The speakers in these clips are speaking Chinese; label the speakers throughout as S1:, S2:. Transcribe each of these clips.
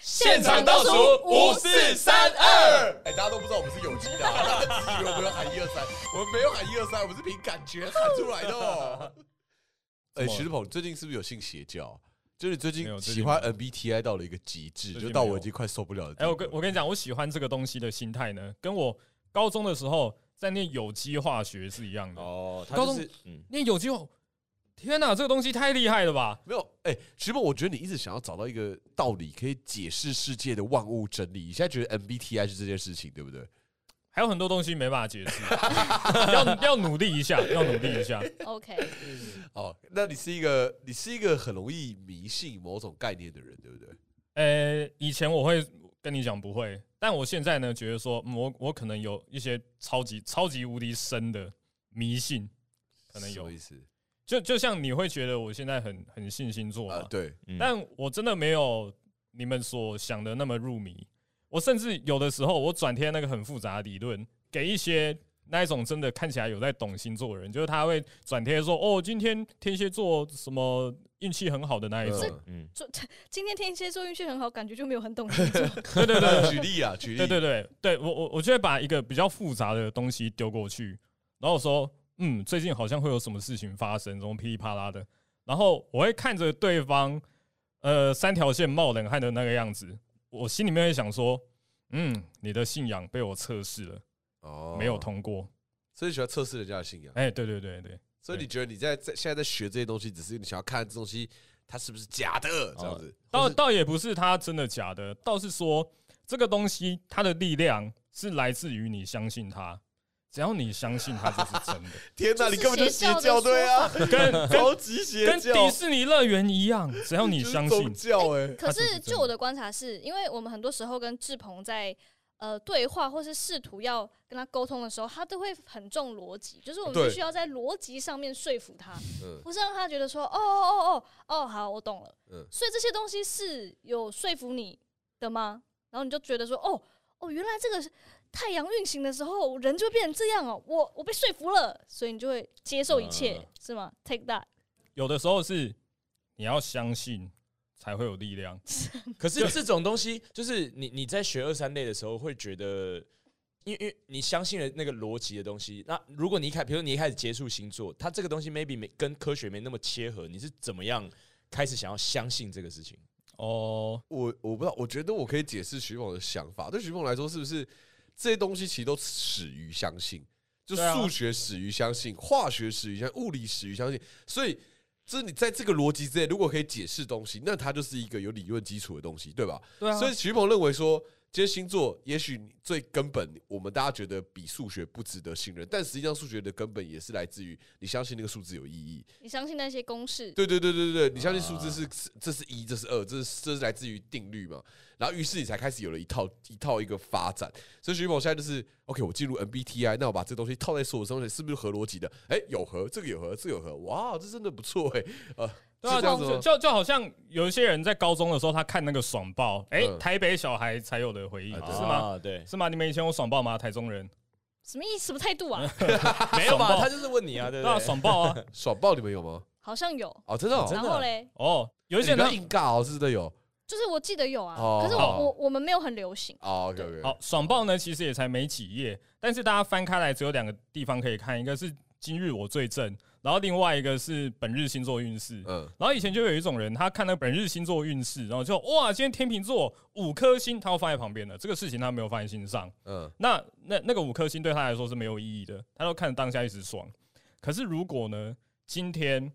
S1: 现场倒数五四三二，
S2: 哎，大家都不知道我们是有机的、啊， 大家只以为我们有喊一二三，我们没有喊一二三，我们是凭感觉喊出来的、 哦。哎、徐志鹏，最近是不是有信邪教？就是最
S3: 没有最近
S2: 近喜欢 MBTI 到了一个极致，
S3: 最
S2: 就
S3: 近
S2: 到
S3: 没有
S2: 我已经快受不了了。
S3: 哎、我跟我跟你讲，我喜欢这个东西的心态呢，跟我高中的时候在念有机化学是一样的。
S1: 哦，他
S3: 高
S1: 就
S3: 中
S1: 是嗯，
S3: 念有机化，天哪、这个东西太厉害了吧！
S2: 没有，哎、徐梦，我觉得你一直想要找到一个道理，可以解释世界的万物真理。你现在觉得 MBTI 是这件事情，对不对？
S3: 还有很多东西没办法解释， 要要努力一下，要努力一下。
S4: OK，
S2: 哦，那你是一个，你是一个很容易迷信某种概念的人，对不对？
S3: 呃、以前我会跟你讲不会，但我现在呢，觉得说，嗯我我可能有一些超级超级无敌深的迷信，可能
S2: 什
S3: 有
S2: 么意。思
S3: 就就像你会觉得我现在很很信星座嘛、
S2: 啊？对，
S1: 嗯
S3: 但我真的没有你们所想的那么入迷。我甚至有的时候，我转贴那个很复杂的理论给一些那一种真的看起来有在懂星座的人，就是他会转贴说：“哦，今天天蝎座什么运气很好的那一种。
S2: 嗯
S1: 嗯，
S4: 今天天蝎座运气很好，感觉就没有很懂星座。
S3: 对对对，
S2: 举例啊，举例，
S3: 对对对对，我我我就会把一个比较复杂的东西丢过去，然后我说，嗯，最近好像会有什么事情发生，怎么噼里啪啦的，然后我会看着对方，呃，三条线冒冷汗的那个样子，我心里面会想说，嗯，你的信仰被我测试了，
S2: 哦
S3: 没有，通过。
S2: 所以你喜欢测试人家的信仰。
S3: 哎、对对对对，
S2: 所以你觉得你在在现在在学这些东西，只是你想要看这东西它是不是假的这样子？
S3: 倒
S2: 或是
S3: 倒也不是它真的假的，倒是说这个东西它的力量是来自于你相信它，只要你相信它就是真的。
S2: 天哪，
S4: 这
S2: 你
S4: 是
S2: 根本就邪
S4: 邪
S2: 教
S4: 教的
S2: 对啊，
S3: 跟
S2: 超级邪
S3: 跟
S2: 教，
S3: 迪士尼乐园一样，只要你
S2: 就是
S3: 相
S2: 宗
S3: 信，
S2: 教哎，
S4: 可
S3: 它就是是真的
S4: 就我的观察是，因为我们很多时候跟志鹏在呃对话，或是试图要跟他沟通的时候，他都会很重逻辑，就是我们
S2: 对
S4: 必须要在逻辑上面说服他，
S2: 嗯
S4: 不是让他觉得说哦哦哦哦好，我懂了。
S2: 嗯
S4: 所以这些东西是有说服你的吗？然后你就觉得说哦哦，原来这个太阳运行的时候人就会变成这样哦，我我被说服了，所以你就会接受一切，
S1: 嗯
S4: 是吗？Take that，
S3: 有的时候是你要相信才会有力量。
S1: 可是这种东西，就是你你在学二三类的时候，会觉得，因为因为你相信了那个逻辑的东西。那如果你一开，比如你一开始接触星座，它这个东西 maybe 没跟科学没那么切合，你是怎么样开始想要相信这个事情？
S3: 哦，
S2: 我我不知道，我觉得我可以解释徐梦的想法。对徐梦来说，是不是这些东西其实都始于相信？就
S3: 对啊
S2: 数学始于相信，化学始于相信，物理始于相信。所以，这你在这个逻辑之内，如果可以解释东西，那它就是一个有理论基础的东西，对吧？
S3: 对啊
S2: 所以徐鹏认为说，这些星座也许最根本，我们大家觉得比数学不值得信任，但实际上数学的根本也是来自于你相信那个数字有意义。
S4: 你相信那些公式？
S2: 对对对对对，你相信数字
S1: 啊
S2: 是是这是一，这是二，这是这是来自于定律嘛？然后于是你才开始有了一套一套一个发展。所以徐鹏现在就是 OK，我进入 MBTI，那我把这东西套在所有东西，是不是合逻辑的？哎，有合，这个有合，这个有合，哇，这真的不错哎、呃，
S3: 对啊，
S2: 是这样子
S3: 就
S2: 吗？
S3: 就就好像有一些人在高中的时候，他看那个爽报，哎、
S2: 嗯
S3: 台北小孩才有的回忆、
S2: 啊对
S3: 是吗？
S1: 啊？对，
S3: 是吗？你们以前有爽报吗？台中人
S4: 什么意思？什么态度啊？
S3: 没有
S1: 爽
S3: 吧？
S1: 吧？他就是问你啊，对
S3: 对
S1: 不
S3: 啊，
S1: 对？
S3: 爽报 啊。
S2: 爽爆你们有吗？
S4: 好像有。
S2: 哦，真的、哦，
S1: 真
S4: 然
S1: 的
S4: 后嘞，
S3: 哦，有
S2: 而
S3: 一些
S2: 且
S3: 人
S2: 要硬尬哦，是真的有。
S4: 就是我记得有啊，
S2: 哦
S4: 可是
S2: 好
S4: 我我我们没有很流行。
S2: 哦，OK OK，
S3: 好，爽报呢其实也才没几页，但是大家翻开来只有两个地方可以看，一个是今日我最正，然后另外一个是本日星座运势。
S2: 嗯，
S3: 然后以前就有一种人，他看那本日星座运势，然后就哇，今天天秤座五颗星，他会放在旁边的，这个事情他没有放在心上。
S2: 嗯，
S3: 那那那个五颗星对他来说是没有意义的，他都看当下一时爽。可是如果呢，今天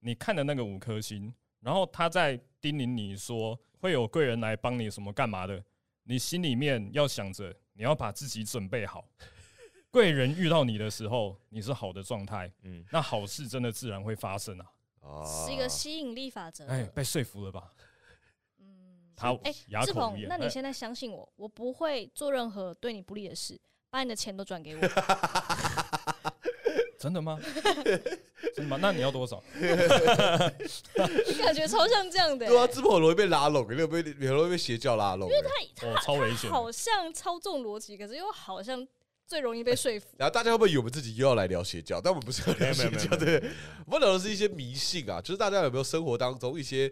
S3: 你看的那个五颗星，然后他在叮咛你说会有贵人来帮你什么干嘛的，你心里面要想着你要把自己准备好，贵人遇到你的时候，你是好的状态，
S1: 嗯，
S3: 那好事真的自然会发生啊！
S2: 哦
S4: 是一个吸引力法则。
S3: 哎，被说服了吧？
S4: 嗯，
S3: 他
S4: 哎，
S3: 哑
S4: 志
S3: 口无
S4: 鹏，
S3: 言。
S4: 那你
S3: 哎
S4: 现在相信我，我不会做任何对你不利的事，把你的钱都转给我。
S3: 真的 吗？真的吗？那你要多少？
S4: 你感觉超像这样的、
S2: 对啊，
S4: 欸，
S2: 自很容易被拉拢，你有被很容易被邪教拉拢。
S3: 哦，超危险的。
S4: 好像操纵逻辑，可是又好像最容易被说服。
S2: 然后大家会不会以为我们自己又要来聊邪教？但我们不 是要聊邪教，对，我们聊的是一些迷信啊，就是大家有没有生活当中一些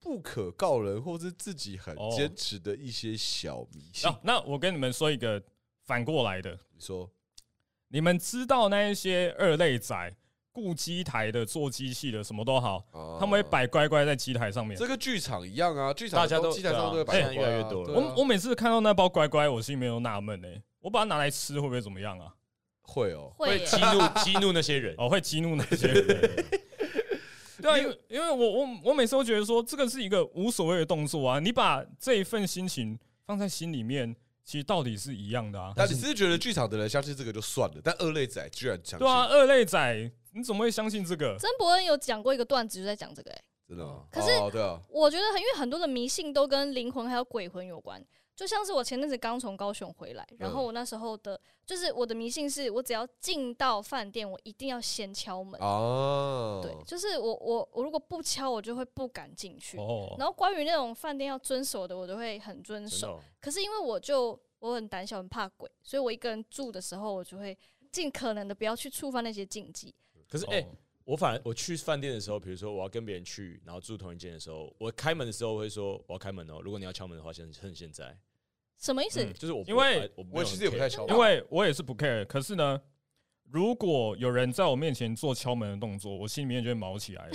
S2: 不可告人，或是自己很
S3: 哦
S2: 坚持的一些小迷信。
S3: 哦，那我跟你们说一个反过来的，
S2: 你说
S3: 你们知道那一些二类仔雇机台的、做机器的，什么都好，
S2: 啊
S3: 哦他们会摆乖乖在机台上面。
S2: 这个剧场一样啊，剧场
S1: 大家都
S2: 基台上都会摆
S1: 对啊
S2: 乖乖啊
S1: 现在越来越多了
S2: 对啊
S3: 我我每次看到那包乖乖，我心里面都纳闷哎，我把它拿来吃会不会怎么样啊？
S2: 会哦，
S4: 会耶
S1: 激怒 激怒那些人。
S3: 哦，会激怒那些人。对啊，因为因为我我我每次都觉得说这个是一个无所谓的动作啊，你把这一份心情放在心里面，其实道理是一样的啊。
S2: 但你是觉得剧场的人相信这个就算了，但二类仔居然相信，
S3: 对啊，二类仔，你怎么会相信这个？
S4: 曾伯恩有讲过一个段子，就在讲这个、欸。
S2: 真的吗？
S4: 可是
S2: 哦对啊，
S4: 我觉得很，因为很多的迷信都跟灵魂还有鬼魂有关。就像是我前阵子刚从高雄回来，然后我那时候的，就是我的迷信是我只要进到饭店，我一定要先敲门。
S2: 哦，
S4: 对，就是我我我如果不敲，我就会不敢进去。
S3: 哦，
S4: 然后关于那种饭店要遵守的，我都会很遵
S1: 真的
S4: 守。
S1: 哦
S4: 可是因为我就我很胆小，很怕鬼，所以我一个人住的时候，我就会尽可能的不要去触犯那些禁忌。
S1: 可是
S3: 哦
S1: 哎、我反而我去饭店的时候，比如说我要跟别人去，然后住同一间的时候，我开门的时候我会说我要开门哦，如果你要敲门的话，先趁现在。
S4: 什么意思？
S3: 嗯
S1: 就是我不
S3: 因为
S1: 我没有
S2: 我其实也不太
S1: care
S2: 晓得，
S3: 因为我也是不 care，可是呢，如果有人在我面前做敲门的动作，我心里面就会毛起来了。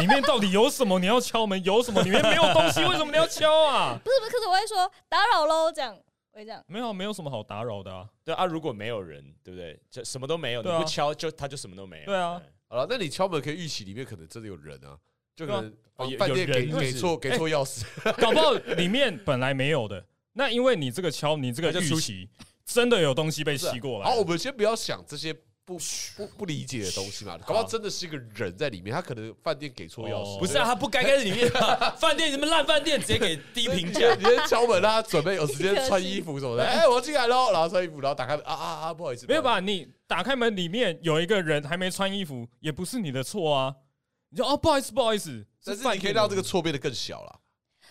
S3: 里面到底有什么？你要敲门？有什么？里面没有东西，为什么你要敲啊？
S4: 不是不是，可是我会说打扰喽，这样我会这样。
S3: 没有，啊没有什么好打扰的啊。
S1: 对啊，如果没有人，对不对？就什么都没有，你
S3: 对啊
S1: 不敲就他就什么都没有。
S3: 对啊
S1: 嗯，
S2: 好了，那你敲门可以预期里面可能真的有人啊，就可能
S1: 哦有
S2: 饭店
S1: 有人
S2: 给
S1: 是不
S2: 给
S1: 是
S2: 错给错钥匙，
S3: 搞不好里面本来没有的，那因为你这个敲，你这个
S1: 那就
S3: 预
S1: 出
S3: 期，真的有东西被吸过来。
S2: 好，我们先不要想这些不不不理解的东西嘛，搞不好真的是一个人在里面，他可能饭店给错钥
S3: 哦
S2: 匙，
S1: 不是啊，他不该在里面啊。饭店什么烂饭店，直接给低
S2: 对。
S1: 评价
S2: 你。先敲门啊，准备有时间穿衣服什么的。哎，我进来喽，然后穿衣服，然后打开门啊啊啊，不好意思，
S3: 没有
S2: 不好意
S3: 吧？你打开门，里面有一个人还没穿衣服，也不是你的错啊。你就哦，不好意思，不好意思，
S2: 思？但
S3: 饭
S2: 是你可以
S3: 店的
S2: 让这个错变得更小了。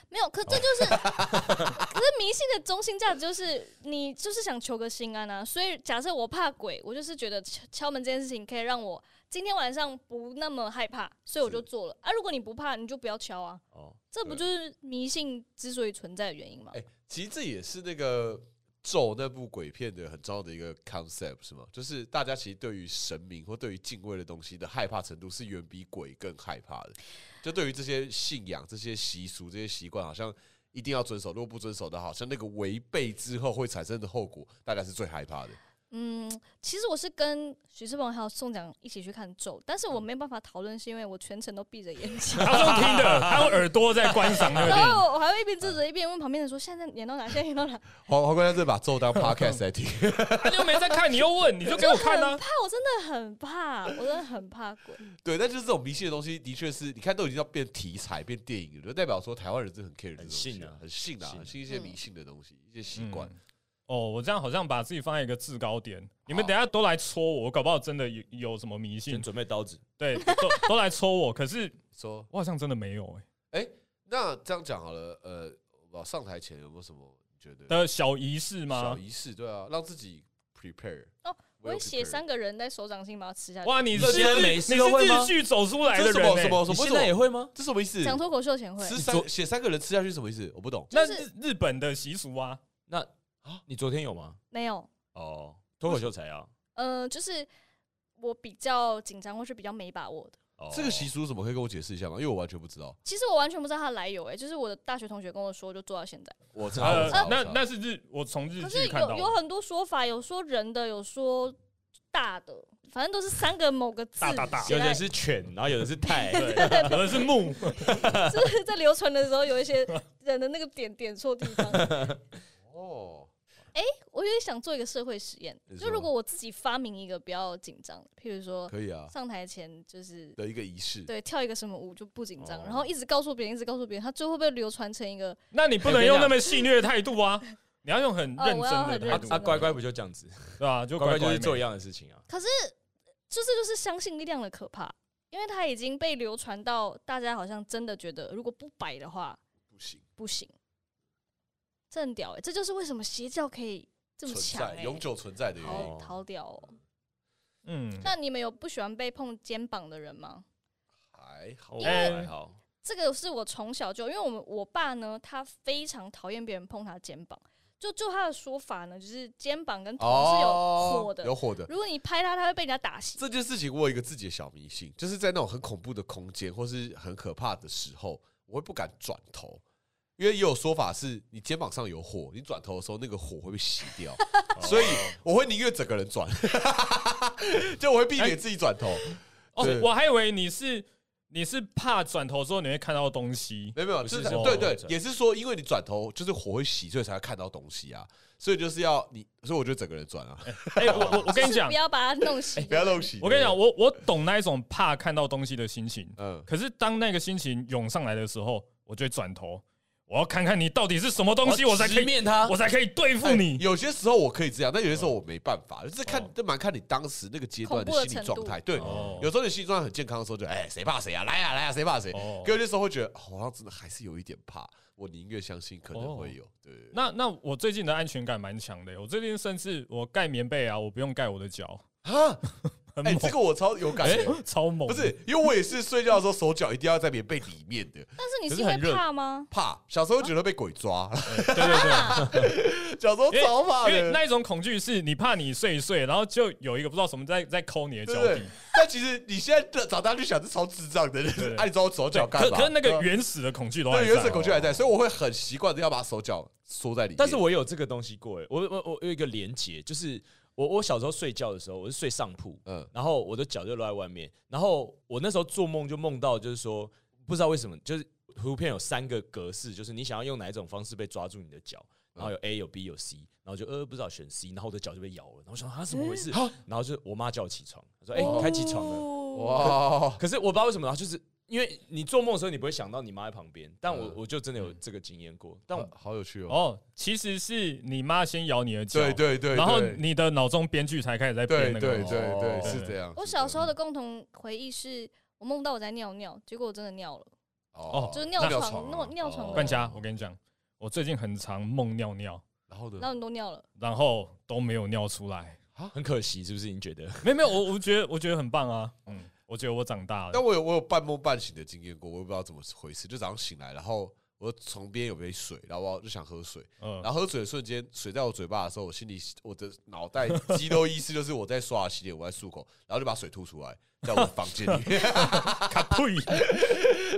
S4: 没有，可这就是， 可是迷信的中心价值就是你就是想求个心安啊。所以假设我怕鬼，我就是觉得敲敲门这件事情可以让我今天晚上不那么害怕，所以我就是做了啊。如果你不怕，你就不要敲啊。
S1: 哦，
S4: 这不
S2: 对
S4: 就是迷信之所以存在的原因吗？
S2: 哎，其实这也是那个咒那部鬼片的很重要的一个 concept 是吗？就是大家其实对于神明或对于敬畏的东西的害怕程度是远比鬼更害怕的。就对于这些信仰、这些习俗、这些习惯，好像一定要遵守，如果不遵守的话，好像那个违背之后会产生的后果，大家是最害怕的。
S4: 嗯，其实我是跟许志鹏还有宋蒋一起去看咒，但是我没办法讨论，是因为我全程都闭着眼 睛。
S3: 他是用听的，他用耳朵在观赏 那个电
S4: 然
S3: 影。
S4: 后我还会一边制止一边问旁边的人说：“现在演到哪？现在演到哪？”
S2: 黄黄冠在把咒当 podcast 来听，
S3: 他就没在看，你又问， 你就给我看啊
S4: 很。怕，我真的很怕，我真的很怕鬼。
S2: 对，但就是这种迷信的东西，的确是你看都已经要变题材、变电影了，就代表说台湾人是很 care 这种东西
S1: 很信啊
S2: 很信啊，
S1: 信
S2: 很信一些迷信的东西、一些习惯。
S3: 嗯哦，我这样好像把自己放在一个制高点，你们等一下都来戳我，我搞不好真的有有什么迷
S1: 先
S3: 信，
S1: 准备刀子。
S3: 对，都都来戳我。可是
S2: 说
S3: 我好像真的没有哎、
S2: 那这样讲好了，呃，我上台前有没有什么你觉得
S3: 的小仪式
S2: 小
S3: 吗？
S2: 仪式？对啊，让自己 prepare。
S4: 哦，我会写三
S2: 个
S4: 个人在手掌心把它吃下去。
S3: 哇，你
S1: 你
S3: 是
S1: 现在每
S3: 你是
S1: 次都会吗
S3: 日剧走出来的
S2: 这是什
S3: 人、
S2: 么
S3: 欸
S2: 什么什
S1: 你
S2: 么？
S1: 现在也
S2: 什么
S1: 会吗？
S2: 这什么意思？
S4: 讲脱口秀前会，
S2: 吃三写三个人吃下去是什么意思？我不懂。
S3: 那
S4: 就是
S3: 日日本的习俗啊，
S1: 那你昨天有吗？
S4: 没有，
S1: 哦，脱口秀才 要。
S4: 呃，就是我比较紧张，或是比较没把握的。
S1: 哦
S2: 这个习俗怎么可以跟我解释一下吗？因为我完全不知道。
S4: 其实我完全不知道它的来由、欸，哎，就是我的大学同学跟我说，就做到现在。
S2: 我查， 我
S3: 呃
S2: 查，
S3: 那
S2: 我查
S3: 那是日，我从日
S4: 可是
S3: 剧看到
S4: 有有
S3: 的
S4: 很多说法，有说人的，有说大的，反正都是三个某个字
S3: 大大大
S1: 有
S4: 写在
S1: 的是犬，然后有的是泰，
S3: 对，有的是 木，
S4: 就是 在流传的时候，有一些人的那个点点错地 方。
S2: 哦，
S4: 我有点想做一个社会实验
S2: 你，
S4: 就
S2: 说
S4: 如果我自己发明一个比较紧张的，譬如说
S2: 可以啊
S4: 上台前就是
S2: 的一个仪式。
S4: 对跳一个什么舞就不紧张，
S1: 哦
S4: 然后一直告诉别人，一直告诉别人，他最后会被流传成一个
S3: 那你不能用那么戏谑的态度啊，你要用很
S4: 哦
S3: 认
S4: 我
S3: 真
S4: 要
S3: 的
S4: 很
S3: 态
S1: 啊
S3: 度
S4: 认，
S1: 啊，
S4: 真
S1: 乖乖不就这样子？
S3: 对吧？就
S1: 乖
S3: 乖
S1: 乖就是做一
S3: 样，
S1: 样的事情啊。
S4: 可是就是就是相信力量的可怕，因为它已经被流传到大家好像真的觉得如果不摆的话
S2: 不行，
S4: 不行，这很屌哎、这就是为什么邪教可以这么
S2: 存
S4: 强
S2: 在
S4: 哎、
S2: 永久存在的原因。
S4: 好
S1: 哦
S4: 好屌哦、
S3: 嗯，
S4: 那你们有不喜欢被碰肩膀的人吗？
S2: 还好，
S1: 我
S3: 哎
S1: 还好，
S4: 这个是我从小就，因为我们我爸呢，他非常讨厌别人碰他肩膀。就就他的说法呢，就是肩膀跟头是有火的，
S2: 哦有火的。
S4: 如果你拍他，他会被人家打醒。
S2: 这件事情我有一个自己的小迷信，就是在那种很恐怖的空间或是很可怕的时候，我会不敢转头，因为也有说法是你肩膀上有火，你转头的时候那个火会被吸掉，
S3: 哦
S2: 所以我会宁愿整个人转， 就我会避免自己转头。
S3: 哦
S2: 对，
S3: 我还以为你是你是怕转头之后你会看到东西，
S2: 没有没有，
S1: 不
S2: 就是是
S3: 哦
S1: 说
S2: 对对
S1: 转，
S2: 也是说，因为你转头就是火会洗，所以才会看到东西啊，所以就是要你，所以我就整个人转啊，
S3: 哎、我我我跟你
S4: 就是
S3: 讲
S4: 不，要把他弄醒。
S2: 不要弄洗。
S3: 我跟你讲，，我我懂那一种怕看到东西的心情，
S2: 嗯，
S3: 可是当那个心情涌上来的时候，我就会转头，我要看看你到底是什么东西，我
S2: 哦
S3: 才可
S1: 直
S3: 以，
S1: 面啊他
S3: 我。才可以对付
S2: 哎
S3: 你。
S2: 有些时候我可以这样，但有些时候我没办法，就是看
S3: 哦
S2: 这蛮看你当时那个阶段的
S4: 恐怖的
S2: 心理
S4: 程
S2: 状
S4: 度
S2: 态。对，
S3: 哦
S2: 有时候你心理状态很健康的时候，就哎谁怕谁啊，来啊来啊，谁怕谁。
S3: 哦
S2: 可有些时候会觉得好像真的还是有一点怕，我宁愿相信可能
S3: 哦
S2: 会有。对，
S3: 那那我最近的安全感蛮强的，我最近甚至我盖棉被啊，我不用盖我的脚，
S2: 啊，
S3: 很
S2: 哎，
S3: 猛，
S2: 这个我超有感
S3: 哎、
S2: 的。
S3: 超猛
S2: 不
S3: 的，
S2: 是，因为我也是睡觉的时候手脚一定要在棉被里面的，
S4: 但是你
S3: 可
S4: 是
S3: 是
S4: 因为
S3: 很热
S4: 怕吗？
S2: 怕。小时候觉得被鬼 抓，
S3: 哎对对对。
S2: 小时候超怕
S3: 哎因为
S2: 的。
S3: 那一种恐惧是你怕你睡一睡，然后就有一个不知道什么在在抠你的脚
S2: 对不对
S3: 底。？
S2: 但其实你现在长大就想是超智障的，啊
S3: 对
S2: 按照手脚
S3: 对，
S2: 干
S3: 可
S2: 嘛？
S3: 可是那
S2: 对
S3: 个
S2: 啊
S3: 原始的恐惧都还
S2: 对
S3: 在。
S2: 原始恐惧还在，所以我会很习惯的要把手脚缩在里面。
S1: 但是我有这个东西过，哎我我我有一个连结，就是我我小时候睡觉的时候，我是睡上铺，
S2: 嗯
S1: 然后我的脚就露在外面，然后我那时候做梦就梦到，就是说不知道为什么，就是图片有三个格式，就是你想要用哪一种方式被抓住你的脚，然后
S2: 嗯
S1: 有 A 有 B 有 C，然后就呃不知道选 C，然后我的脚就被咬了，然后我想啊怎么回事，
S2: 啊
S1: 然后就我妈叫我起床，她说哎、
S2: 哦
S1: 你该起床了，
S4: 了。
S2: 哇，
S1: 可是我不知道为什么，然后就是因为你做梦的时候你不会想到你妈在旁边，但我、
S2: 嗯
S1: 我就真的有这个经验过，但我
S2: 好好有趣哦！
S3: 哦，其实是你妈先咬你的脚，
S2: 对对对，
S3: 然后
S2: 对
S3: 你的脑中编剧才开始在
S2: 对
S3: 编那个
S2: 对
S3: 东西。
S2: 对对
S1: 哦
S2: 是这嗯样。
S4: 我
S2: 是
S4: 小
S2: 这
S4: 时
S2: 样
S4: 候的共同回忆是，我梦到我在尿尿，结果我真的尿了，
S2: 哦
S4: 就是尿
S2: 尿
S4: 床，
S2: 啊
S4: 尿尿床
S2: 哦
S4: 的，
S3: 管家，我跟你讲，我最近很常梦尿尿，
S2: 然后
S4: 然
S2: 呢？
S4: 后你都尿了。
S3: 然后都没有尿出来。
S1: 很可惜，是不是？你觉得？
S3: 没有没有，我我觉得我觉得很棒啊，嗯，我觉得我长大
S2: 但
S3: 了。
S2: 我有我有半梦半醒的经验过，我也不知道怎么回事，就早上醒来，然后我床边有杯水，然后我就想喝水，
S3: 嗯，
S2: 然后喝水的瞬间，水在我嘴巴的时候，我心里我的脑袋肌肉意识就是我在刷牙洗脸，我在漱口，然后就把水吐出来，在我的房间里面。
S3: 卡呸！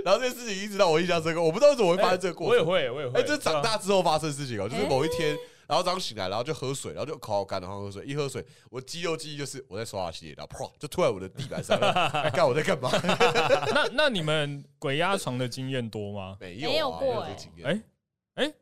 S2: 然后这件事情一直让我印象深刻，我不知道为什么会发生这个过
S1: 我也
S2: 程。
S1: 会，我也会。
S2: 哎、这是长大之后发生的事情哦、就是
S4: 哎
S2: 某一天，然后早上醒来，然后就喝水，然后就口好干，然后喝水，一喝水，我肌肉记忆就是我在刷牙洗脸，然后啪就吐在我的地板上， 哎干、我在干嘛？
S3: 那那你们鬼压床的经验多 吗？
S2: 没
S4: 没
S2: 有
S4: 有
S2: 啊，
S4: 过
S2: 没有这
S4: 哎
S2: 个经验。
S3: 哎哎，